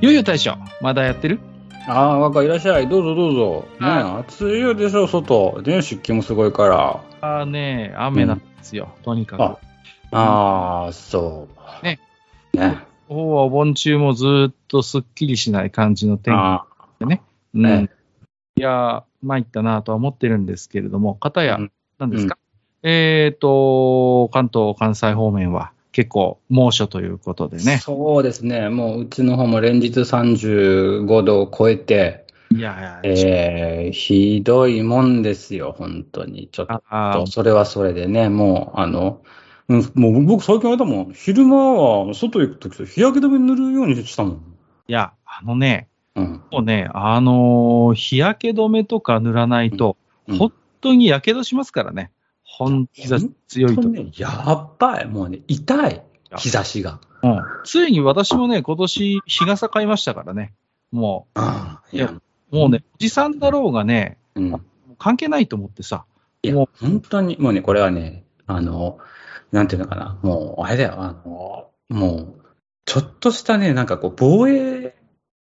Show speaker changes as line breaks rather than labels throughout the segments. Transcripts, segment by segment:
いよいよ大将、まだやってる
ああ、若いらっしゃい。どうぞどうぞ。ね、
は
暑いよでしょ、外。ね、湿気もすごいから。
ああね、雨なんですよ、とにか
あああ、そう。
ね。
ね。
く。ほうはお盆中もずーっとすっきりしない感じの天気
あ
うん
ね
いやー、参ったなとは思ってるんですけれども、片や
うん、
何ですか、えっ、と、関東、関西方面は結構猛暑ということで
あ、
ね。
そうですね。もう、うちの方も連日35度を超えて、
いやいや、
えー、ひどいもんですよ、本当に。ちょっ
あ
と、
あ
それはそれでね、もう、あの、うんもう僕最近あれだもん、昼間は外行くとき、日焼け止め塗るようにしたもん。
いや、あのね、
うん。
もうね、あのー日焼け止めとか塗らないと、
うん
本当にやけどしますからね。本日差し強い
本当
と。
にね、やばい。もうね、痛い。日差しが。
うんついに私もね、今年日傘買いましたからね。も
ああ、いや、
う、もうね、おじさんだろうがね、
うん。
関係ないと思ってさ。
いや
も、
本当に、もうね、これはね、あの、なんていうのかな、もう、あれだよ、あの、もう、ちょっとしたね、なんかこう、防衛、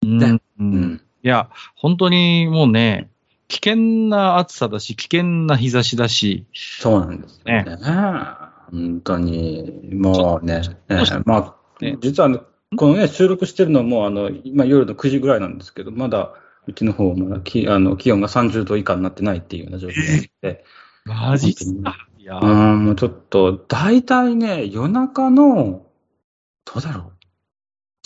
うん
ね
う、
うんん、
いや、本当にもうね、危険な暑さだし、危険な日差しだし、
そうなんですよね。本当に、もうね、え
どうした
えまあ、
ね
実はね、このね、収録してるのも、あの、今夜の9時ぐらいなんですけど、まだ、うちの方もねきあの気温が30度以下になってないっていうような状況なので、
マジっすか。いや、
うん、もうちょっと、大体ね、夜中の、どうだろ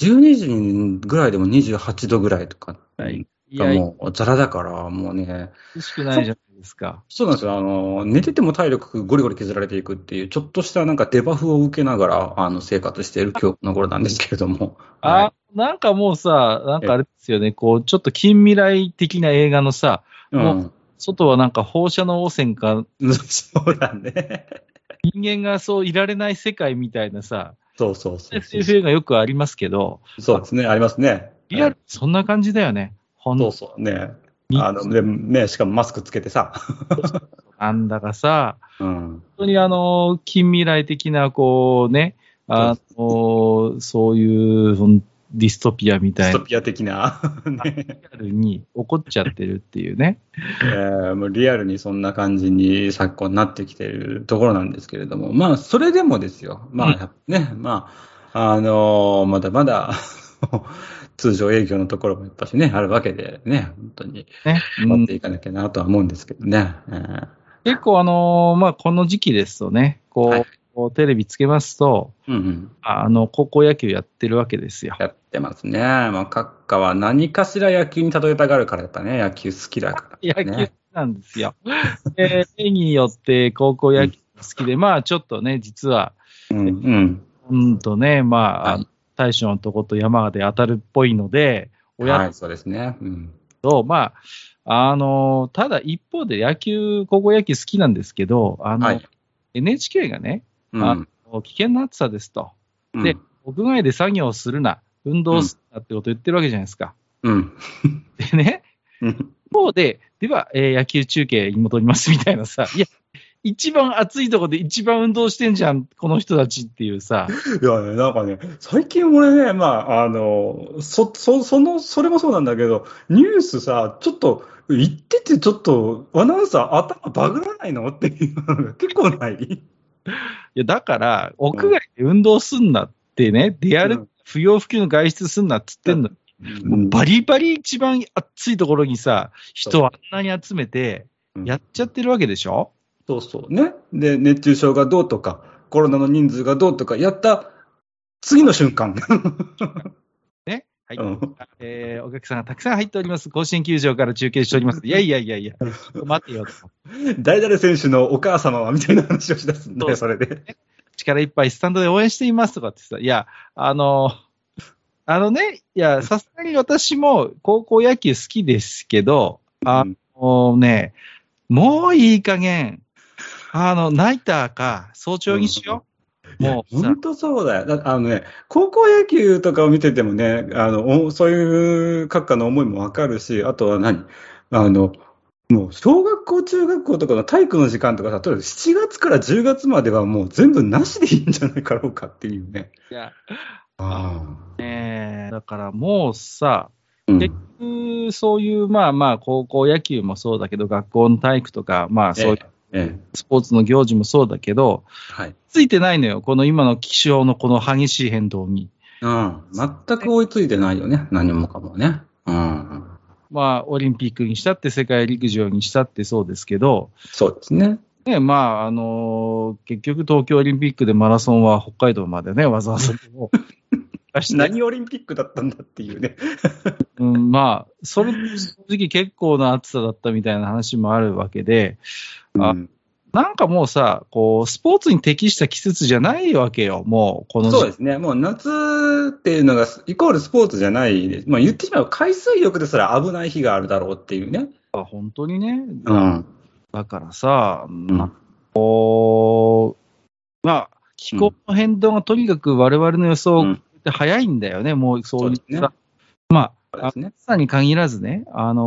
う。12時ぐらいでも28度ぐらいとか、
いや、
が
涼
もうザラだから、もうね、
しくないじゃないですか。
そうなんですよ。あの、寝てても体力ゴリゴリ削られていくっていう、ちょっとしたなんかデバフを受けながら、あの、生活している今日の頃なんですけれども。
あ、なんかもうさ、なんかあれですよね、こう、ちょっと近未来的な映画のさ、
い、うん。
外はなんか放射能汚染か、
そうだね。
人間がそういられない世界みたいなさ、
そうそうそうそう。
SF 映画よくありますけど、
そうですね。ありますね。
リアル、そんな感じだよね。ほん
そ
と
うそう。ね。あの、で、ね、しかもマスクつけてさ。
なんだかさ、
うん。
本当にあの、近未来的な、こうね、あの、そういうほんディストピアみた
ス
い
ト
な、
ピア的な。ね。
リアルに起こっちゃってるっていう ね。
えーもうリアルにそんな感じに昨今なってきてるところなんですけれども、まあ、それでもですよ。まあ、
うん
やっぱね、まあ、あのーまだまだ 通常営業のところもやっぱしね、あるわけでね、本当に
ねうん
持っていかなきゃなとは思うんですけどね。えー
結構あの、まあ、この時期ですとね、こう、
はい
こうテレビつけますと、
うんうん、
あの、高校野球やってるわけですよ。
やってますね。まあ、閣下は何かしら野球に例えたがるから、やっぱね、野球好きだから、
野
ね。
球なんですよ。え ー、例によって高校野球が好きで、まあちょっとね、実は、
うん、うん。
うんとね、まあ、
はい
大将のとこと山で当たるっぽいので、
は
親
い、そうですね。うん。
と、まあ、あの、ただ一方で野球、高校野球好きなんですけど、あの、
はい。
NHK がね、
うん。
あ危険な暑さですと。
うん
で、屋外で作業するな、運動するなってことを言ってるわけじゃないですか。
うん。
でね、
うん
方で、では、えー野球中継に戻りますみたいなさ、いや、一番暑いとこで一番運動してんじゃん、この人たちっていうさ、
いやね、なんかね、最近俺ね、まあ、あの、そ、そ、その、それもそうなんだけど、ニュースさ、ちょっと、言っててちょっと、アナウンサー頭バグらないのっていうのが 結構ない。
いやだから、屋外で運動すんなってね、出
う
歩
ん、
不要不急の外出すんなっつってんの、もうバリバリ一番暑いところにさ、人をあんなに集めて
う、ん
やっちゃってるわけでしょ、
そうそうね。で、熱中症がどうとか、コロナの人数がどうとか、やった、次の瞬間。
ねはい
うん
えーお客さんがたくさん入っております、甲子園球場から中継しております、いやいやいや いや、ちょっと待てよと。
誰々選手のお母様はみたいな話をしだすんだよ、それで。
力いっぱいスタンドで応援していますとかってさ、いや、あの、あのね、いや、さすがに私も高校野球好きですけど、あのね、もういい加減、あの、ナイターか、早朝にしよう。
いや
もうさ
本、当そうだよ。だあのね、高校野球とかを見ててもね、あの、おそういう各家の思いもわかるし、あとは何あの、もう小学校、中学校とかの体育の時間とかさ、とにかく7月から10月まではもう全部なしでいいんじゃないかろうかっていうね。
いや
あ
ねえだからもうさ、
あ。うん
でうんそういう、まあまあ、高校野球もそうだけど、学校の体育とか、まあ、そういう
ええええ
スポーツの行事もそうだけど、
はい。
ついてないのよ。この今の気象のこの激しい変動に。
うん。全く追いついてないよね。何もかもね。うん。
まあ、オリンピックにしたって、世界陸上にしたってそうですけど、
そうですね。
ね、まあ、あのー結局東京オリンピックでマラソンは北海道までね、 わざわざこう出して
何オリンピックだったんだっていうね。
うん、まあ、それ、正直結構な暑さだったみたいな話もあるわけで、あ
うん
なんかもうさ、こう、スポーツに適した季節じゃないわけよ、もう、この時期
そうですね、もう夏っていうのがイコールスポーツじゃないです、まあ、言ってしまう海水浴ですら危ない日があるだろうっていうね。
は本当にね、
うん、
だからさ、
うん
まあこう、まあ、気候の変動がとにかく我々の予想を超えて早いんだよね、もうそうい
そうです
う
ね
さ、ま
そう
あ
で、すね。
さに限らずね、あのー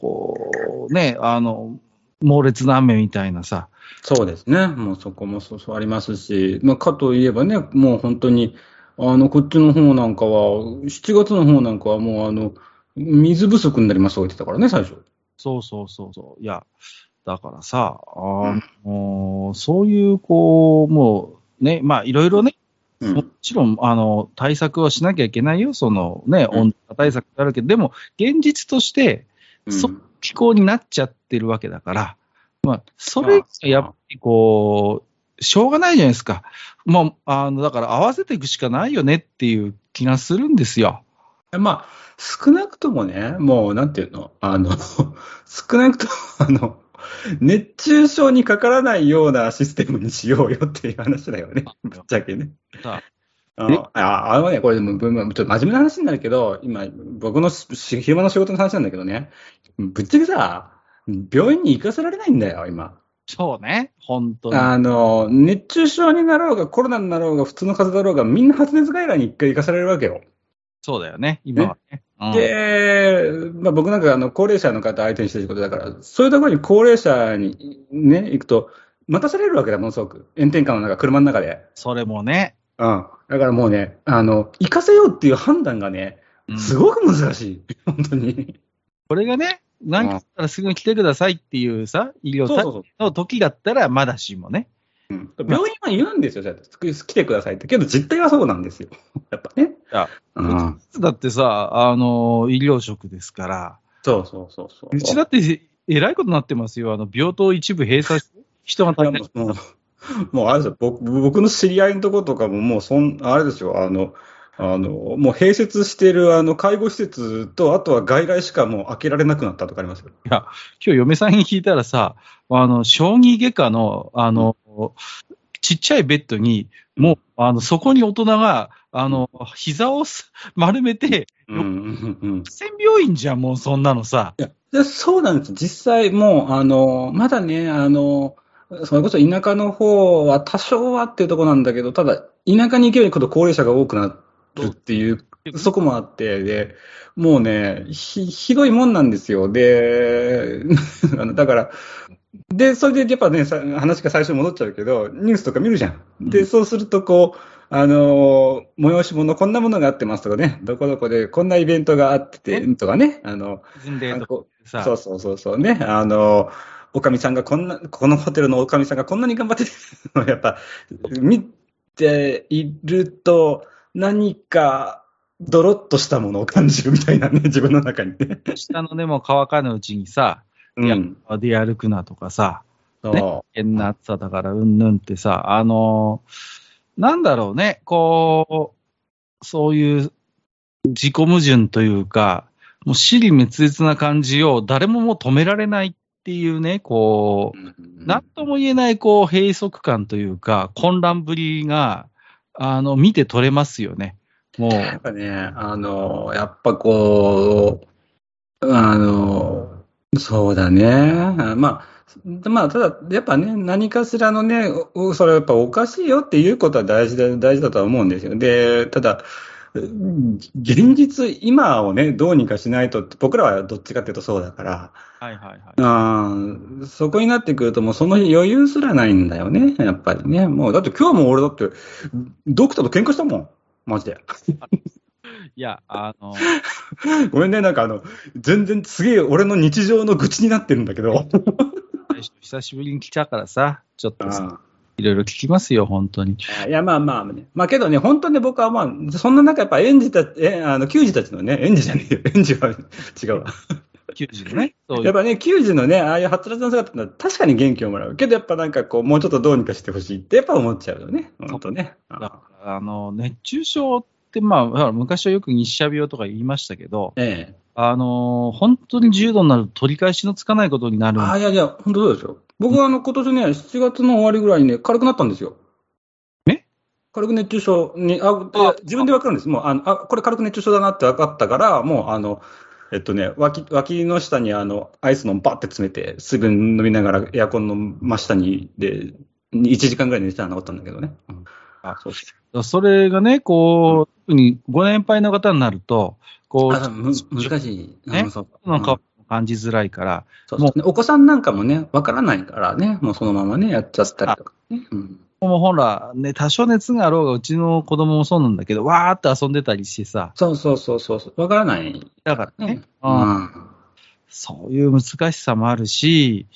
こう、ね、あの、猛烈な雨みたいなさ、
そうですね、もうそこもそうそうありますし、まあ、かといえばね、もう本当に、あのこっちの方なんかは、7月の方なんかはもうあの水不足になりますとか言ってたからね、最初。
そうそうそうそう、いや、だからさ、あ
うん
のーそういう、こう、もう、ね、まあ、いろいろね、
う
も
ん、
ちろん、あの、対策はしなきゃいけないよ、そのね、
うん
温度対策があるけど、でも、現実としてそ
うん
気候になっちゃってるわけだから、まあ、それがやっぱりこう、しょうがないじゃないですか。もう、あの、だから合わせていくしかないよねっていう気がするんですよ。
まあ、少なくともね、もう、なんていうの、あの、 少なくとも、 あの、熱中症にかからないようなシステムにしようよっていう話だよね。ぶっちゃけね。
さ
あのああのね、これでも、ぶぶちょっと真面目な話になるけど、今、僕のしし昼間の仕事の話なんだけどね、ぶっちゃけさ、病院に行かせられないんだよ、今。
そうね、本当に。
あの、熱中症になろうが、コロナになろうが、普通の風邪だろうが、みんな発熱外来に一回行かされるわけよ。
そうだよね、今はね。うん
で、まあ、僕なんかあの高齢者の方相手にしてることだから、そういうところに高齢者に、ね、行くと、待たされるわけだ、ものすごく。炎天下の中、車の中で。
それもね、
うん。だからもうね、あの、行かせようっていう判断がね、
うん
すごく難しい。本当に。
これがね、何かあったらすぐに来てくださいっていうさ、医療
そうそ
体
うそう。
の時だったら、まだしもね。
病院は言うんですよ、じゃあ来てくださいって。けど実態はそうなんですよ。やっぱね。
や
うん。
だってさ、あの、医療職ですから、
そうそうそうそう。
うちだってえらいことになってますよ。あの、病棟一部閉鎖して、人が足りない
い。やもう、もうあれですよ、僕僕の知り合いのところとかも、もうそん、あれですよ、あの、あの、もう併設してるあの介護施設と、あとは外来しかもう開けられなくなったとかありますよ。
今日嫁さんに聞いたらさ、あの、小児外科の、あの、ちっちゃいベッドに、もう、あの、そこに大人が、あの、膝をす丸めて、
うんうんうんうん
戦病院じゃん、もうそんなのさ。
でそうなんです。実際もう、あの、まだね、あの、それこそ田舎の方は多少はっていうところなんだけど、ただ、田舎に行けるほど高齢者が多くなるっていうそこもあって、で、もうね、ひ、ひどいもんなんですよ。で、 あの、だから、で、それでやっぱね、さ話が最初に戻っちゃうけど、ニュースとか見るじゃん。
う
で、
ん
そうするとこう、あのー、催し物、こんなものがあってますとかね、どこどこでこんなイベントがあってて、とかね、あの、
んで
あ
とか
のこう
さ
そうそうそうそうね、あの、おかみさんがこんな、このホテルのおかみさんがこんなに頑張ってるの やっぱ、見ていると、何か、ドロッとしたものを感じるみたいなね、自分の中にね。
下の根も乾かぬうちにさ、いや
うん。
出歩くなとかさ、
そ
危険な暑さだからうんぬんってさ、あのーなんだろうね、こう、そういう自己矛盾というか、もう尻滅裂な感じを誰ももう止められないっていうね、こ
う。
う、なんとも言えないこう閉塞感というか、混乱ぶりが、あの、見て取れますよね。もう、
やっぱね、あの、やっぱこう、あの、そうだね。まあ、まあ、ただ、やっぱね、何かしらのね、おそれはやっぱおかしいよっていうことは大事だ、大事だとは思うんですよ。で、ただ、うん現実、今をね、どうにかしないとって、僕らはどっちかっていうとそうだから、
はいはいはい。
うんそこになってくると、もうその余裕すらないんだよね、やっぱりね。もう、だって今日も俺だって、ドクターと喧嘩したもん。マジで。
いや、あの、
ごめんね、なんかあの、全然すげえ俺の日常の愚痴になってるんだけど。
最初久しぶりに来たからさ、ちょっとさいろいろ聞きますよ、本当に。
いや、まあまあ、ね、まあけどね、本当に僕はまあ、そんな中やっぱ園児たち、え、あの、球児たちのね、園児じゃねえよ、 園児は違うわ。
90のね。そうい
やっ
う。
ぱね、球児のね、ああいうはつらつな姿ってのは確かに元気をもらう。けどやっぱなんかこう、もうちょっとどうにかしてほしいってやっぱ思っちゃうよね、本当ね。
だ
あ
からあの、熱中症って、まあ、ほら昔はよく日射病とか言いましたけど、
ええ。
あの、本当に重度になると取り返しのつかないことになる。
ああ、いやいや、本当そうですよ。僕はあの、今年ね、7月の終わりぐらいにね、軽くなったんですよ。
え
軽く熱中症に、あ、いや自分で分かるんです。もう、あの、あ、これ軽く熱中症だなって分かったから、もう、あの、えっとね、脇、脇の下にあの、アイスのバッて詰めて、水分飲みながらエアコンの真下に、で、1時間ぐらい寝てたら治ったんだけどね。うん
あ
そうです。
それがね、こう、特にご年配の方になると、こ
あ、
う、
む、難しい。
ね
うんそう。
なん
う
か
ん
感じづらいから、
そうそうねお子さんなんかもね、分からないからね、もうそのままね、やっちゃったりとかね。うん
もうほら、ね、多少熱があろうが、うちの子供もそうなんだけど、わーっと遊んでたりしてさ、
そうそうそうそうそう、わからない。
だからね、
う
うん
ん。
そういう難しさもあるし、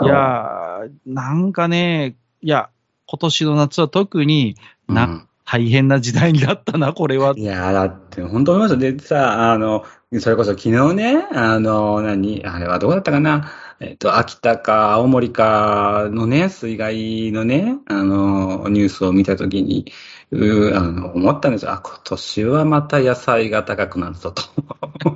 う
いやー、なんかね、いや、今年の夏は特にな大変な時代になったな、 これは
うん。いやー、だって、本当思いますよ。で、さ、あの、それこそ昨日ね、あの、何、あれはどこだったかな。えっと、秋田か青森かのね、水害のね、あの、ニュースを見たときに、うーあの、思ったんですよ。あ、今年はまた野菜が高くなったと。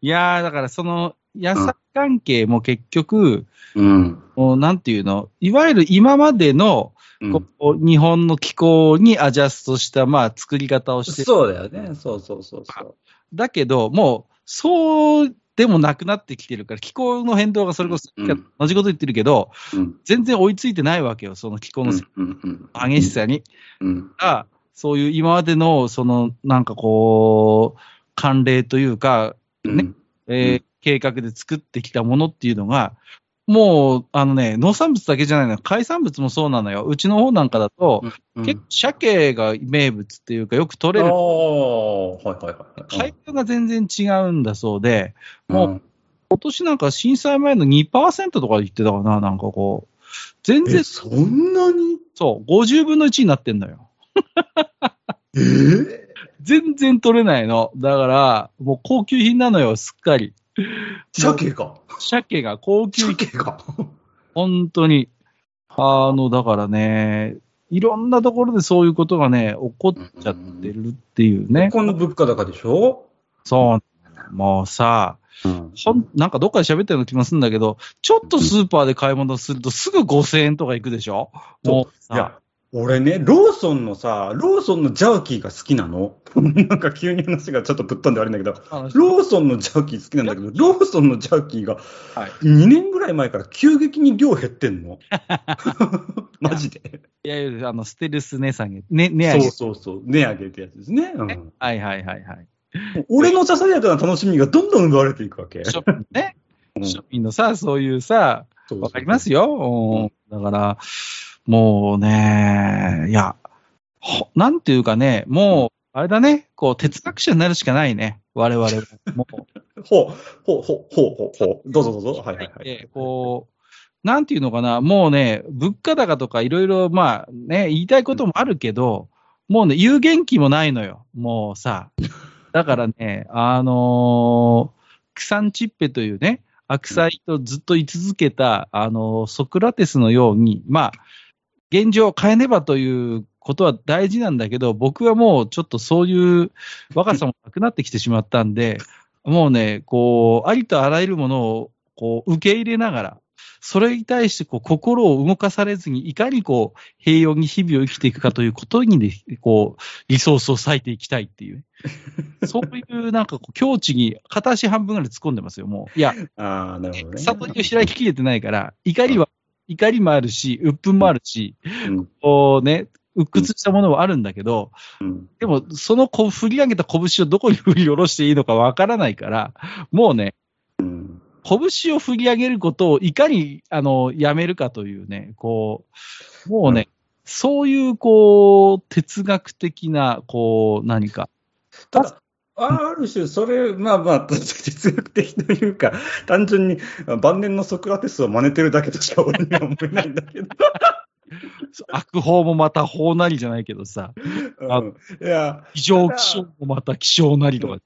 いやー、だからその、野菜関係も結局、
うん。
もうなんていうの、いわゆる今までの、
うん
こう日本の気候にアジャストした、まあ、作り方をしてる
そうだよね。そうそうそうそう。
だけど、もう、そうでもなくなってきてるから、気候の変動がそれこそ、
うん
同じこと言ってるけど、
うん。
全然追いついてないわけよ、その気候
うん
の
うんうん。
激しさに。
うん。
が、そういう今までの、その、なんかこう、慣例というか、
うん
ねえー計画で作ってきたものっていうのが、もう、あのね、農産物だけじゃないのよ、海産物もそうなのよ。うちの方なんかだと、
うん
結構、鮭が名物っていうか、よく取れる。
おーはいはいはいはい
海。流が全然違うんだそうで、もう
うん
今年なんか震災前の2%とか言ってたかな、なんかこう。全然
え、、そんなに
そう、50分の1になってんのよ。
えー
全然取れないの。だから、もう高級品なのよ、すっかり。
鮭が
鮭が高級品、
鮭が
本当に。あの、だからね、いろんなところでそういうことがね、起こっちゃってるっていうね。
この物価高でしょ
そう。もうさ、ほん、なんかどっかで喋ったような気もするんだけど、ちょっとスーパーで買い物するとすぐ5000円とか行くでしょもう
いや
さ、、
俺ね、ローソンのさ、ローソンのジャーキーが好きなの。 なんか急に話がちょっとぶっ飛んで悪いんだけど、
あの
ローソンのジャーキー好きなんだけど、ローソンのジャーキーが
はい
2年ぐらい前から急激に量減って んの。 マジで。
いやいや、あの、ステルス値下げ、ね、値上
そ
げ
う。そうそう、値上げってやつですね。うん
ねはいはいはいはい。
俺のささやかな楽しみがどんどん奪われていくわけ。
ショッピングね。
うん
ショッピングのさ、そういうさ、
そうそう
わかりますよ。うんだから、もうね、いや、ほなんていうかね、もう、あれだね、こう、哲学者になるしかないね。我々も。もう
ほう、ほう、ほう、ほう、ほう、ほう。 どうぞどうぞ。はいはいは
で
い。
こう、なんていうのかな、もうね、物価高とかいろいろ、まあね、言いたいこともあるけど、もうね、有限期もないのよ。もうさ。だからね、 あのー、クサンチッペというね、悪妻とずっと居続けた、あのーソクラテスのように、まあ、現状を変えねばということは大事なんだけど、僕はもうちょっとそういう若さもなくなってきてしまったんで、もうね、こう、ありとあらゆるものをこう受け入れながら、それに対してこう心を動かされずに、いかにこう平穏に日々を生きていくかということに、ね、こうリソースを割いていきたいっていう、そういうなんかこう境地に片足半分ぐらい突っ込んでますよ、もう。いや、
ああ、なるほどね。
悟りを開ききれてないから、怒りは、怒りもあるし、鬱憤もあるし、
うん
こうね、鬱屈したものもあるんだけど、
うん
でも、そのこう振り上げた拳をどこに振り下ろしていいのかわからないから、もうね、
うん
拳を振り上げることをいかに、あの、やめるかというね、こう、もうね、そういう、こう、哲学的な、こう、何か。
ただ、あある種、それ、まあまあ、 哲学的というか、単純に晩年のソクラテスを真似てるだけとしか俺には思えないんだけど。
悪法もまた法なりじゃないけどさ、あ
うんいや、
異常気象もまた気象なりとか。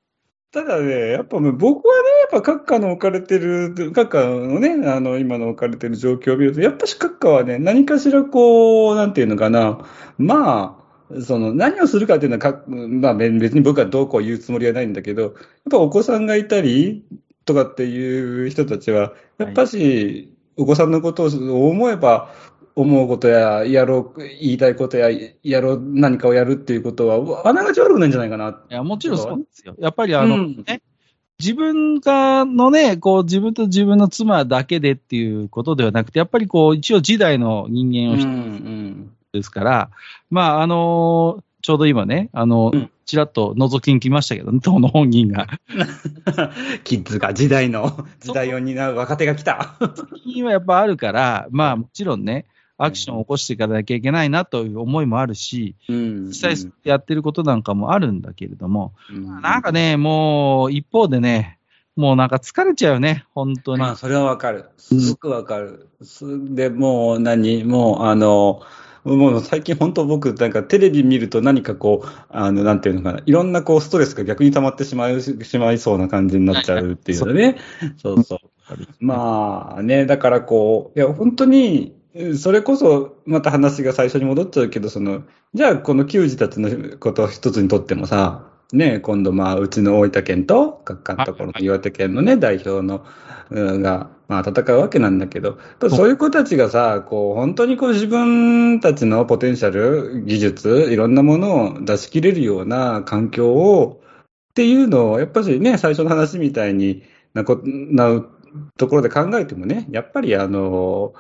ただね、やっぱもう僕はね、やっぱ閣下の置かれてる、閣下のね、あの、今の置かれてる状況を見ると、やっぱし閣下はね、何かしらこう、なんていうのかな、まあ、その、何をするかっていうのはか、まあべ別に僕はどうこう言うつもりはないんだけど、やっぱお子さんがいたりとかっていう人たちは、やっぱし、お子さんのことを思えば、思うことや、やろう、言いたいことや、やろう、何かをやるっていうことは、あながち悪くないんじゃないかな。
いや、もちろんそうなんですよ。やっぱりあの、
うん
ね、自分が、のね、こう、自分と自分の妻だけでっていうことではなくて、やっぱりこう、一応時代の人間をして
ん。
ですから、まあ、あのちょうど今ね、あの
うん
ちらっと覗きに来ましたけどね、 党の本人が。
キッズが時代 の、時代を担う若手が来た。
責任はやっぱあるから、まあ、もちろんね、アクションを起こしていかなきゃいけないなという思いもあるし、
うん
実際やってることなんかもあるんだけれども、なん
か、
かね、もう一方でね、もうなんか疲れちゃうよね、本当に。
まあ、それはわかる。すごくわかる。すで、もう何、もう、あの、もう最近本当僕、なんかテレビ見ると何かこう、あの、なんていうのかな、いろんなこう、ストレスが逆に溜まってしまう、しまいそうな感じになっちゃうっていうのね。そうそう。まあね、だからこう、いや、本当に、うんそれこそ、また話が最初に戻っちゃうけど、その、じゃあ、この球児たちのことを一つにとってもさ、ね、今度、まあ、うちの大分県と、各館のところの岩手県のね、代表の、うんが、まあ、戦うわけなんだけど、やっぱそういう子たちがさ、こう、本当にこう、自分たちのポテンシャル、技術、いろんなものを出し切れるような環境を、っていうのを、やっぱりね、最初の話みたいになこ、なところで考えてもね、やっぱりあの、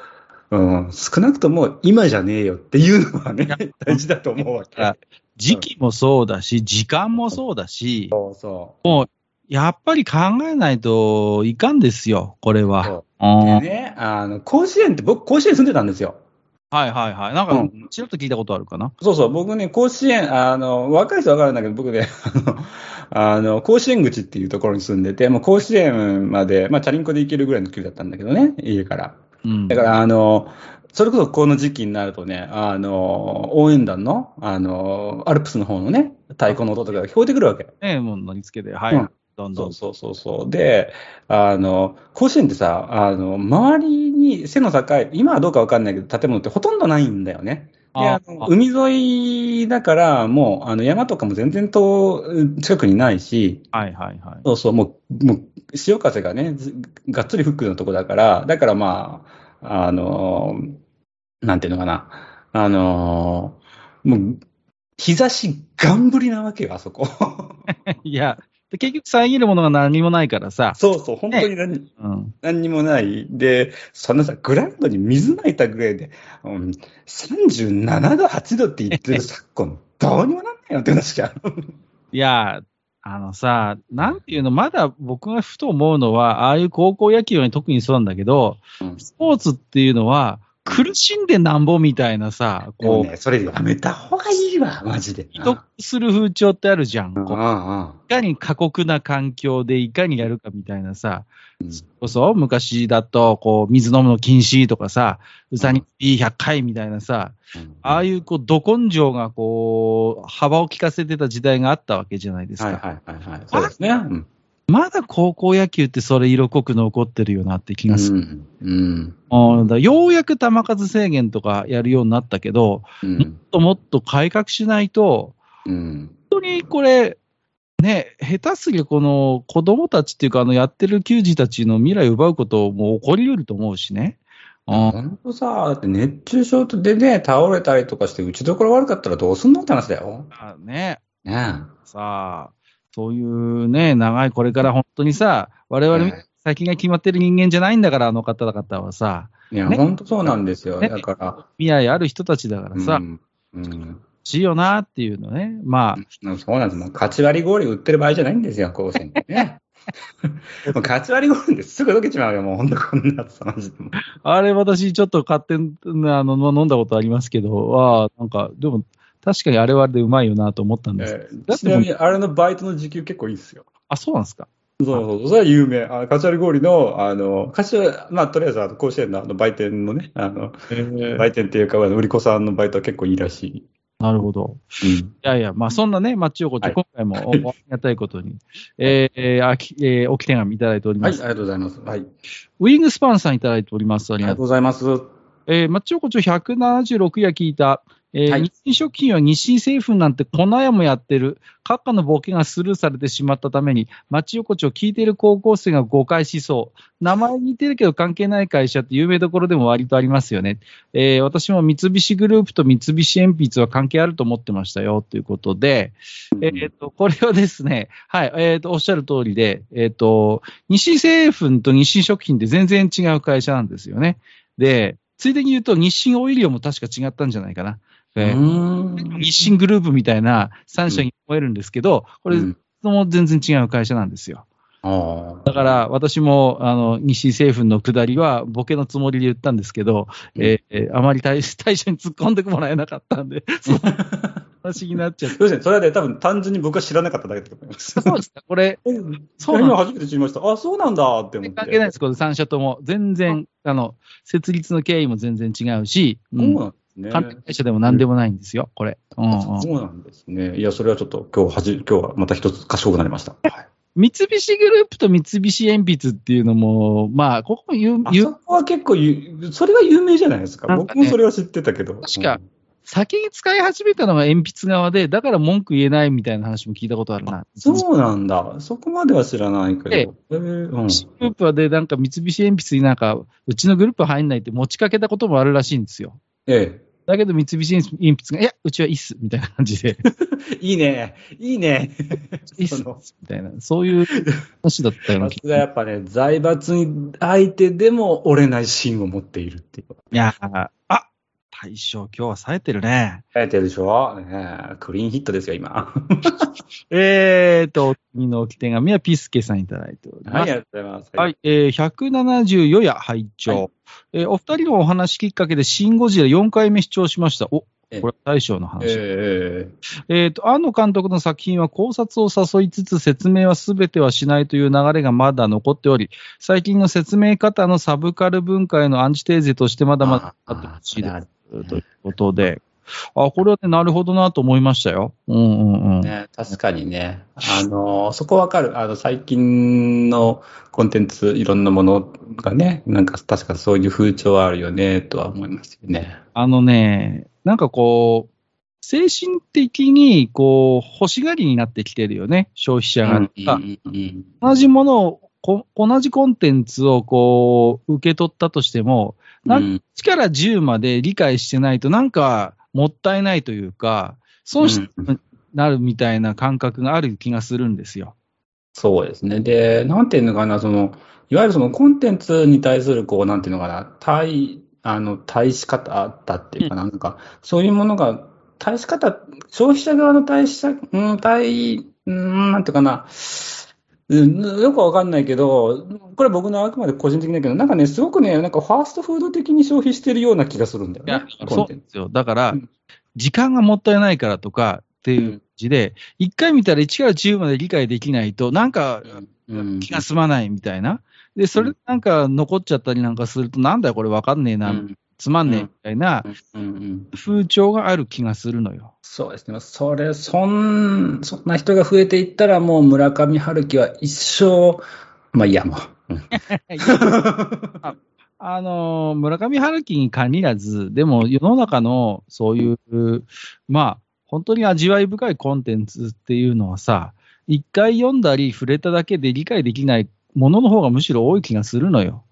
うん、少なくとも今じゃねえよっていうのはね
いや、
大事だと思うわ
あ
け。
時期もそうだし、時間もそうだし、
そうそ
やっぱり考えないといかんですよ、これ
う。
は。
そ
うん
うでね、あの、甲子園って僕、甲子園住んでたんですよ。
はいはいはい。なん
う
か
ん、
ちらっと聞いたことあるかな。
そうそう、僕ね、甲子園、あの、若い人はわかるんだけど、僕ね、あの、あの甲子園口っていうところに住んでて、もう甲子園まで、まあ、チャリンコで行けるぐらいの距離だったんだけどね、家から。
うん。
だから、あの、それこそこの時期になるとね、あの、応援団の、あの、アルプスの方のね、太鼓の音とかが聞こえてくるわけ。
ね、もう乗り付けで、は
う
い
ん。
どんど
そ
ん
う。そうそうそう。で、あの、甲子園ってさ、あの、周りに背の高い、今はどうかわかんないけど、建物ってほとんどないんだよね。で、
あ
あの海沿いだから、もう、あの、山とかも全然と、近くにないし、
はいはいはい。
そうそう、もう、もう、潮風がね、ずがっつり吹くようなとこだから、だからまあ、あのーなんていうのかな、あのーもう、日差しがんぶりなわけよ、あそこ。
いや、で結局遮るものが何もないからさ。
そうそう、本当に何、
うん。
何にもない。で、そのさ、グラウンドに水まいたぐらいで、うん、37度、8度って言ってる昨今、 どうにもなんないよって話じゃん。
いや、あのさ、なんていうの、まだ僕がふと思うのは、ああいう高校野球に特にそうなんだけど、
うん
スポーツっていうのは、苦しんでなんぼみたいなさ、
もう
こ
ね、それやめた方がいいわ、マジで。
う、得する風潮ってあるじゃん。こう
うんうん
いかに過酷な環境でいかにやるかみたいなさ、
うん
それこそ昔だと、こう、水飲むの禁止とかさ、うさに B100 回みたいなさ、
うん
ああいう、こう、ど根性が、こう、幅を利かせてた時代があったわけじゃないですか。
はいはいはいはい。そうですね。うん
まだ高校野球ってそれ色濃く残ってるよなって気がする。
うん。
うんだからようやく球数制限とかやるようになったけど、
うん。
もっともっと改革しないと、
うん。
本当にこれ、ね、下手すぎゃこの子供たちっていうか、あのやってる球児たちの未来を奪うことも起こりうると思うしね。あー
ほんとさ、だって熱中症でね、倒れたりとかして、打ちどころ悪かったらどうすんのって話だよ。
あね、
ねえ
さあ、そういうね、長いこれから本当にさ、我々みたいに先が決まってる人間じゃないんだから、あの方々はさ、
いや、
ね
ほんとそうなんですよ。
ね
だか、
未来ある人たちだかららさ、欲
んうん
しいよなっていうのね、まあ、
うんそうなんです。もう、勝ち割り氷売ってる場合じゃないんですよ、高専 ね。もう勝ち割り氷ですぐ溶けちまうよ、もうほんとこんなやつ、マジで。
あれ私ちょっと勝手にあの飲んだことありますけど、ああ、なんか、でも確かにあれはあれでうまいよなと思ったんです。
え
だ
ー
って
ちなみに、あれのバイトの時給結構いいですよ。
あ、そうなんですか。
そうそうそう、それは有名。あカチュアリ氷の、あの、カチュア、まあ、とりあえず、あの、甲子園のあの売店のね、あの、売店っていうか、あの売り子さんのバイトは結構いいらし
なるほど。
い。うん。
いやいや、まあそんなね、マッチ横丁、
はい
今回 もおありがたいことに、えー、あきえー、置き手紙いただいており
は
ま
い、あり
す。
がとうございます。はい。あ
ウィングスパンさんいただいております。あり
りが
が
とう
とう。
ございます。は
えー、マッチ横丁176夜聞いた、えー
はい
日清食品は日清製粉なんてこのやもやってる、閣下のボケがスルーされてしまったために、マッチ横丁聞いてる高校生が誤解しそう。名前似てるけど関係ない会社って有名どころでも割とありますよね。えー、私も三菱グループと三菱鉛筆は関係あると思ってましたよ、ということで、えっ、と、これはですね、はい、えっ、と、おっしゃる通りで、えっ、と、日清製粉と日清食品って全然違う会社なんですよね。で、ついでに言うと日清オイリオも確か違ったんじゃないかな。えー日清グループみたいな3社に思えるんですけど、こ
こ
れ、も全然違う会社なんですよ。
あ
だから、私も、あの、日清製粉の下りは、ボケのつもりで言ったんですけど、
うん
えーえーあまり対対象に突っ込んでもらえなかったんで、その話になっちゃっ
あ。そうですね。それはね、多分単純に僕は知らなかっただけだと思います
た。。そうですか、これ、そうなん
今初めて知りました。あ、そうなんだって思って。
関係ないです、これ3社とも。全然、あの、設立の経緯も全然違うし、う、
そうんなんですね。
関連会社でも何でもないんですよ、これ。うんうん
そうなんですね。いや、それはちょっと今日はじ、今日はまた一つ賢くなりました。はい
三菱グループと三菱鉛筆っていうのも、まあ、ここも言う、
あ
言
そうこは結構ゆ、それは有名じゃないですか。
なんかね
僕もそれは知ってたけど。
確か先に使い始めたのは鉛筆側で、だから文句言えないみたいな話も聞いたことあるな。
うんそうなんだ。そこまでは知らないけど。
ええ
ええう
三
ん
菱グループはで、なんか三菱鉛筆になんか、うちのグループ入んないって持ちかけたこともあるらしいんですよ。
え
だけど三菱鉛筆が、いや、うちはいいっす、みたいな感じで、
えいいね。いいね。
いいっす、
そ
み
の
たいな、そういう話だったような
さ
気
す がやっぱね、財閥に相手でも折れない芯を持っているっていう。
いやーあ大将、今日は冴えてるね。
ええてるでしょ、ねえクリーンヒットですよ、今。
えーと、お次の置き手紙はピスケさんいただいております。
はい、ありがとうございます。
はい、えー、174夜拝聴、
はい
えーお二人のお話きっかけでシン・ゴジラ4回目視聴しました。おこ
え
れは大将の話。えっ、
ええ
と、庵野監督の作品は考察を誘いつつ説明は全てはしないという流れがまだ残っており、最近の説明方のサブカル文化へのアンチテーゼとしてまだまだあってほしいです。ということで、あ、これはね、なるほどなと思いましたよ。うんうんうん。
ね、確かにね。あの、そこわかる。あの、最近のコンテンツ、いろんなものがね、なんか確かそういう風潮はあるよね、とは思いますよね。
あのね、なんかこう、精神的にこう欲しがりになってきてるよね、消費者が。
うんうん
同じものをこ、同じコンテンツをこう受け取ったとしても、な
うんん
1から10まで理解してないと、なんかもったいないというか、損失になるみたいな感覚がある気がするんですよ。
そうですね。で、なんていうのかな、その、いわゆるそのコンテンツに対する、こう、なんていうのかな、対、あの、対し方だっていうかな、なんか、そういうものが、対し方、消費者側の対し、うん、対、うん、なんていうかな、うんよくわかんないけど、これ僕のあくまで個人的だけど、なんかね、すごくね、なんかファーストフード的に消費してるような気がするんだよ
いや
ね、コ
そ
ン
う
テンツ。
ですよ。だから
うん、
時間がもったいないからとかっていう感じで、一回見たら1から10まで理解できないと、なんか
うん
気が済まないみたいな。で、それなんか残っちゃったりなんかすると、なんだよこれわかんねえ
う
な、
ん
つまんねえみたいな
うんうん
風潮がある気がするのよ。
そうですね。それ、そん、そんな人が増えていったら、もう村上春樹は一生、まあいいや、もう。うん
あのー村上春樹に限らず、でも世の中のそういう、まあ、本当に味わい深いコンテンツっていうのはさ、一回読んだり触れただけで理解できないものの方がむしろ多い気がするのよ。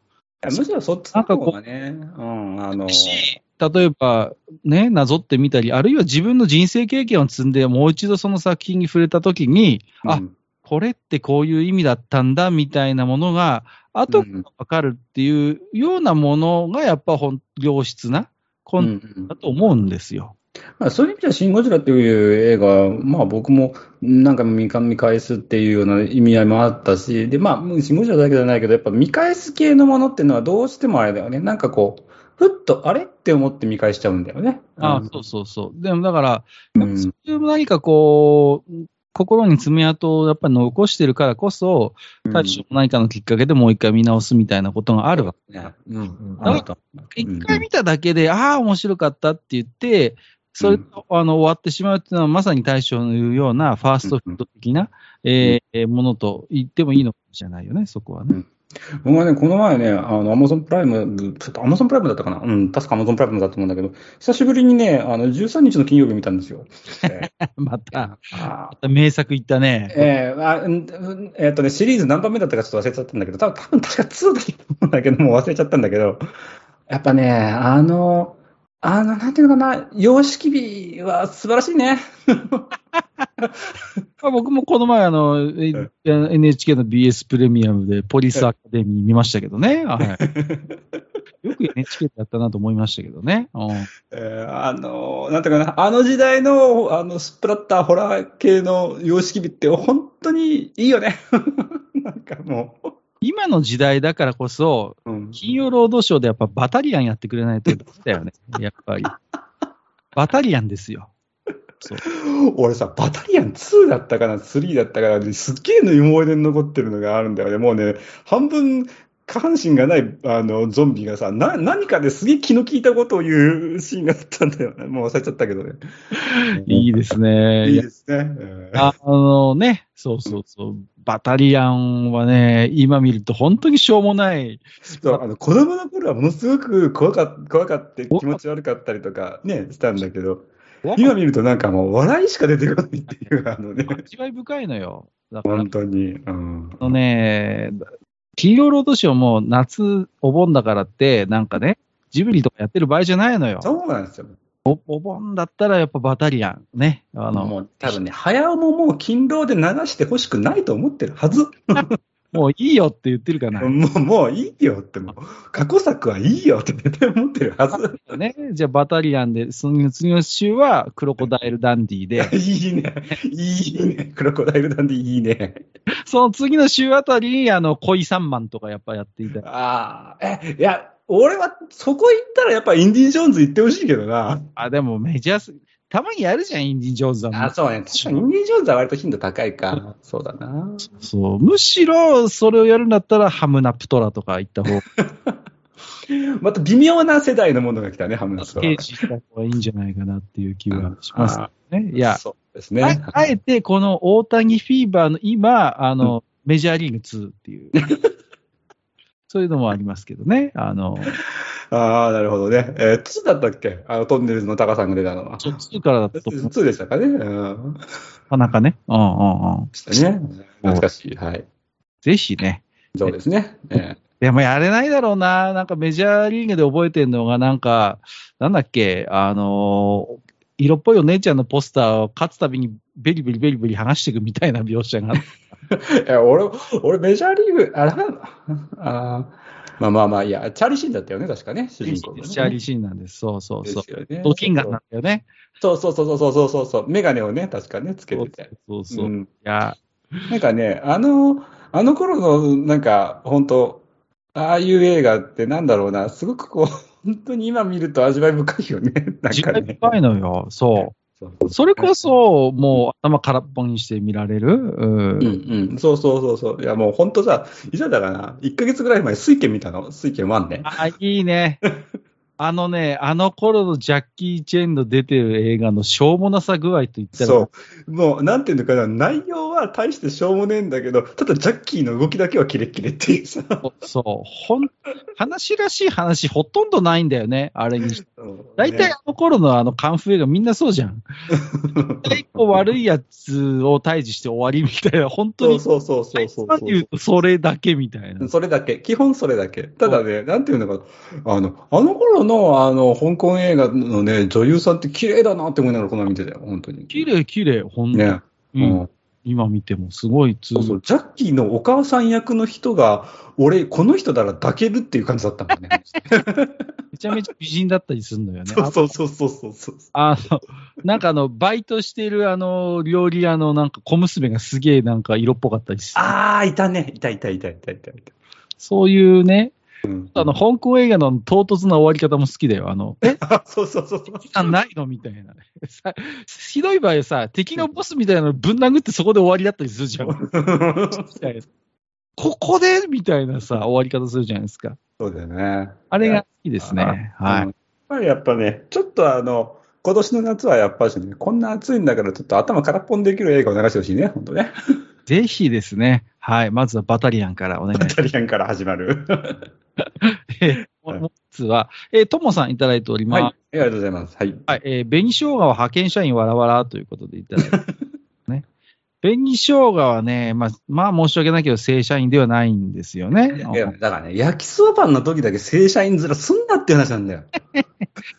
やむしろそっちの方がね、うん、あの、
し例えば、ね、なぞってみたり、あるいは自分の人生経験を積んで、もう一度その作品に触れたときに、あ
うん
これってこういう意味だったんだみたいなものが、後からわかるっていうようなものが、やっぱ本良質なコ
う
ンテン
ん
ツだと思うんですよ。
まあ、そういう意味では、シン・ゴジラという映画、まあ僕も何回も見か見返すっていうような意味合いもあったし、で、まあ、シン・ゴジラだけじゃないけど、やっぱ見返す系のものっていうのはどうしてもあれだよね。なんかこう、ふっとあれって思って見返しちゃうんだよね。
あ
ん
そうそうそう。でもだから、
うん
そういう何かこう、心に爪痕をやっぱり残してるからこそ、対象も何かのきっかけでもう一回見直すみたいなことがあるわけ。
ねうんうん
だ
た。
一回見ただけで、ああ、面白かったって言って、それと、あの終わってしまうっていうのは、まさに大将の言うようなファーストフード的な、えーものと言ってもいいのかもしれないよね、そこはね。
僕はね、この前ね、あの、アマゾンプライム、ちょっとアマゾンプライムだったかなうん、確かアマゾンプライムだと思うんだけど、久しぶりにね、あの、13日の金曜日見たんですよ。え
また、
ーあー
また名作言ったね。
えーあうんうんえーっとね、シリーズ何番目だったかちょっと忘れちゃったんだけど、多分多分確か2だったと思うんだけど、もう忘れちゃったんだけど、やっぱね、あの、あの、なんていうのかな、様式美は素晴らしいね。
まあ僕もこの前、あの、え NHK の BS プレミアムでポリスアカデミー見ましたけどね。 はい、よく NHK でやったなと思いましたけどね。うん
えーあの、なんていうかな、あの時代の、あの、スプラッター、ホラー系の様式美って本当にいいよね。 なんかも
今の時代だからこそ、
う、うん
金曜ロードショーでやっぱバタリアンやってくれないとダメだ よね。やっぱり。バタリアンですよ。そう。
俺さ、バタリアン2だったかな、3だったかな、すっげえの思い出に残ってるのがあるんだよね。もうね、半分下半身がないあのゾンビがさ、な、何かですげえ気の利いたことを言うシーンがあったんだよね。もう忘れちゃったけどね。
いいですね。い
いい
や
ですね。うん
あのね、そうそうそう。バタリアンはね、今見ると本当にしょうもない。
そうあの子供の頃はものすごく怖かっ怖かって気持ち悪かったりとかね、したんだけど、今見るとなんかもう笑いしか出てこないっていう、あのね、
味わい深いのよ。だから、
本当に。うん
あのね、金曜ロードショーも夏、お盆だからって、なんかね、ジブリとかやってる場合じゃないのよ。
そうなんですよ。
おお盆だったらやっぱバタリアンね。あの、
もう多分ね、早尾ももう勤労で流してほしくないと思ってるはず。
もういいよって言ってるかな。
もう、もういいよって、もう、過去作はいいよって絶対思ってるはず。、
ね、じゃあバタリアンで、その次の週はクロコダイルダンディで
いいね。いいね。クロコダイルなんでいいね。
その次の週あたりに、あの、恋三万とかやっぱやっていた。
ああ、え、いや、俺はそこ行ったらやっぱインディ・ジョーンズ行ってほしいけどな。
あ、でもメジャーす、たまにやるじゃん、インディ・ジョーンズだもん
あ、そうね。確かにインディ・ジョーンズは割と頻度高いか。そうだな。
そう。むしろ、それをやるんだったら、ハムナプトラとか行った方が、
また微妙な世代のものが来たね、ハムナスト
ページした方がいいんじゃないかなっていう気はします
あ
ね。
ー
いや、
そうですね。
ああえて、この大谷フィーバーの今、あの、メジャーリーグ2って いう、そういうのもありますけどね。あの、
ああ、なるほどね。えー、2だったっけあの、トンネルズの高さんが出たのは。
2からだったと思う
2でしたかね。うん。で
なかなかね。うんうんうん。
したね。懐かしい。はい。
ぜひね。
そうですね。え
でもやれないだろうな。なんかメジャーリーグで覚えてるのが、なんか、なんだっけ、あのー色っぽいお姉ちゃんのポスターを勝つたびにベリベリベリベリ剥がしていくみたいな描写があって。
えいや俺、俺、メジャーリーグ、あら、あーまあまあまあ、いや、チャーリー・シーンだったよね、確かね、主
メ
人
ジ
公がね、
ャーリーシーンなんです。そうそうそう。
ですよね
ドキンガンなんだよね。
そうそうそうそうそうそうそう、メガネをね、確かね、つけ
そ
て
う
て。
そうそう。
う
い
ん
や、
なんかね、あの、あの頃の、なんか、本当ああいう映画ってなんだろうな、すごくこう、 本当に今見ると味わい深いよね、 なん
時
か
間
ね。
深いのよ。そ
そう
う。それこそ、もう頭空っぽにして見られる。うん
うんうん、そうそうそうそう。いや、もう本当さ、いざだからな、1ヶ月ぐらい前、水拳見たの、水拳1ね。
あ、いいね。あのね、あの頃のジャッキー・チェンの出てる映画のしょうもなさ具合と言ったら、
そう。もう、なんていうのかな、内容は大してしょうもねえんだけど、ただジャッキーの動きだけはキレッキレっていうさ。
そうほん、話らしい話ほとんどないんだよね、あれにして
うん
大 体あの頃のあのカンフ映画みんなそうじゃん。結構悪いやつを退治して終わりみたいな、本当
そ
に。
うそうそうそうそう
一番言うとそれだけみたいな。
それだけ。基本それだけ。ただね、なんていうのか、あの、あの頃の、あの、香港映画のね、女優さんって綺麗だなって思いながらこんなの見てたよ、本当に。
綺麗綺麗、ほんと、
ね。
うん
うん
今見てもすごい通
そうそう、ジャッキーのお母さん役の人が、俺、この人なら抱けるっていう感じだったもんね。
めちゃめちゃ美人だったりするのよね。
そうそうそうそうそうそう。
あの、なんかあの、バイトしてるあの、料理屋のなんか小娘がすげえなんか色っぽかったりする。
あー、いたね。いたいたいたいたいたいた。
そういうね、
うん
あの、香港映画の唐突な終わり方も好きだよ。あの、え、
あ そうそうそうそう。
時間ないのみたいな。さひどい場合はさ、敵のボスみたいなのぶん殴ってそこで終わりだったりするじゃん。みたいなここでみたいなさ、終わり方するじゃないですか。
そうだよね。
あれが好きですね。は
う
い。
んやっぱりやっぱね、ちょっとあの、今年の夏はやっぱしね、こんな暑いんだから、ちょっと頭空っぽんできる映画を流してほしいね、本当ね。
ぜひですね、はい。まずはバタリアンからお願いし
イ
ます。
タリアンから始まる。
えーもう一つは、えーともさんいただいており
はい。
ま
あ
す。
りがとうございます。はい。
はい。えー紅生姜は派遣社員わらわらということでいただい て、ね。紅生姜はね、まあ、まあ申し訳ないけど、正社員ではないんですよね。
いやいやだからね、焼きそばパンの時だけ正社員面すんなって話なん だよ。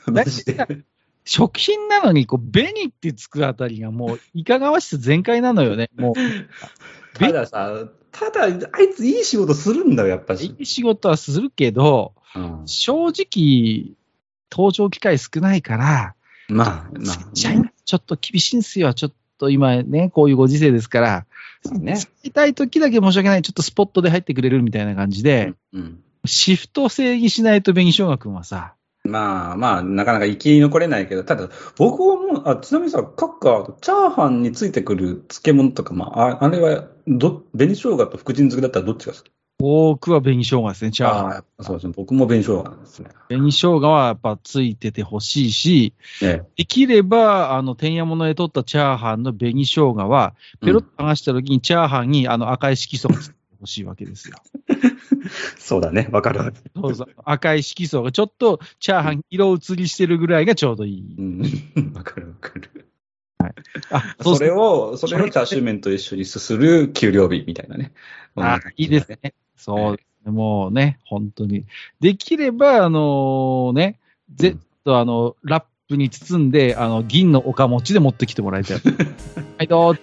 マジで。
食品なのに、こう、紅ってつくあたりがもう、いかがわしさ全開なのよ ね。もう、
たださ、ただ、あいついい仕事するんだよ、やっぱし
い。い仕事はするけど、
うん
正直、登場機会少ないから、
まあ、ま
正
あ、
社員ちょっと厳しいんすよ。ちょっと今ね、こういうご時世ですから、
まあね。
使いたい時だけ申し訳ない。ちょっとスポットで入ってくれるみたいな感じで、
うん
シフト制にしないと紅生姜くんはさ、
まあまあ、なかなか生き残れないけど、ただ、僕はもう、あ、ちなみにさ、各家、チャーハンについてくる漬物とか、まあ、ああれは、ど、紅生姜と福神漬けだったらどっちが好き
多くは紅生姜ですね。じゃあ、
ああ、そうですね。僕も紅生姜なんですね。
紅生姜はやっぱついててほしいし、
え
できれば、あの、天夜物で取ったチャーハンの紅生姜は、
え。
ペロッ
う
と剥がした時にチャーハンにあの赤い色素がついてほしいわけですよ。
んそうだね。わかるわかる。
そうそう。赤い色素がちょっとチャーハン色移りしてるぐらいがちょうどいい。
うん。わかるわかる。
あ、そう
そ
そ
れ
れ
を、それをチャーシュー麺と一緒にすする給料日みたいなね。
あ、いいです。ね。そうですね。もうね、本当に。できれば、あのね、ぜ
う
っ
ん
とあの、ラップに包んで、あの、銀のおか持ちで持ってきてもらいた い。はい、どうぞ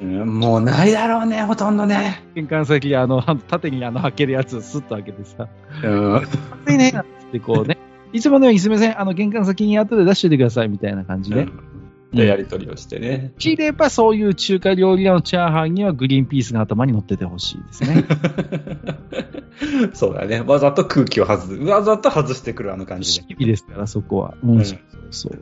うんもうないだろうね、ほとんどね。
玄関先、あの、あの縦にあの、開けるやつをスッと開けてさ、
うん。
暑いね、なんつってこうね、いつものようにすみません、あの、玄関先に後で出しておいてください、みたいな感じで。
で、やりとりをしてね。
できればそういう中華料理屋のチャーハンにはグリーンピースが頭に乗っててほしいですね。
そうだね。わざと空気を外す。わざと外してくるあの感じ
シ
で。
ビですから、そこは。うん、
うん
そうそう。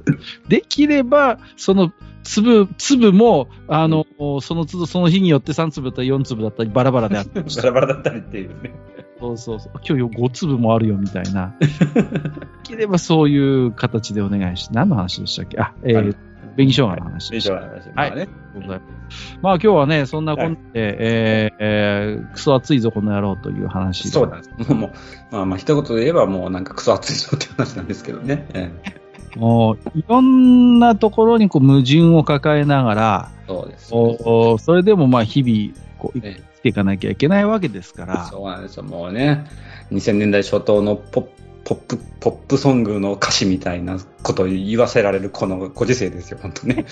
できれば、その粒、粒も、あの、その都度その日によって3粒だったり4粒だったりバラバラであったりし
バ
て
ラバラだったりっていうね。
そうそうそう。今日よ5粒もあるよ、みたいな。できればそういう形でお願いして、何の話でしたっけあ、えー、紅生姜の話
紅
で
生
した。
姜の話。まあね。
ありがとうございますまあ今日はね、そんなこんなで、えーえークソ暑いぞ、この野郎という話で
そうなんです。もう、まあまあ、一言で言えばもうなんかクソ熱いぞって話なんですけど ね。ええ
もういろんなところにこう矛盾を抱えながら、
そうです。
おそれでもまあ日々こう生
え
きていかなきゃいけないわけですから、
そうなんですよ。もうね、2000年代初頭のポップ、ポップ、ポップソングの歌詞みたいなことを言わせられるこのご時世ですよ、 本当ね。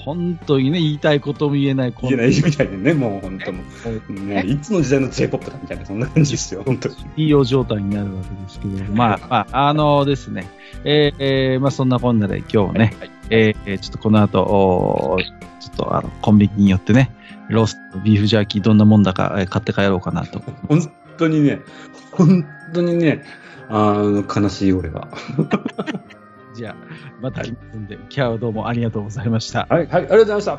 本当にね、言いたいことも言えない、こ
言え
の
ないみたいでね、もう本当もう、ね、いつの時代の J-POP だみたいな、そんな感じですよ、本当に。
い用状態になるわけですけど、まあ、まあ、あのですね、えーえーまあそんなこんなで今日ね、
はい
えーえーちょっとこの後、おーちょっとあのコンビニによってね、ローストビーフジャーキーどんなもんだかえー買って帰ろうかなと。
本当にね、本当にね、あの、悲しい俺は。
じゃあ、また来ますんで、今日はどうもありがとうございました。
はい、はい、ありがとうございました。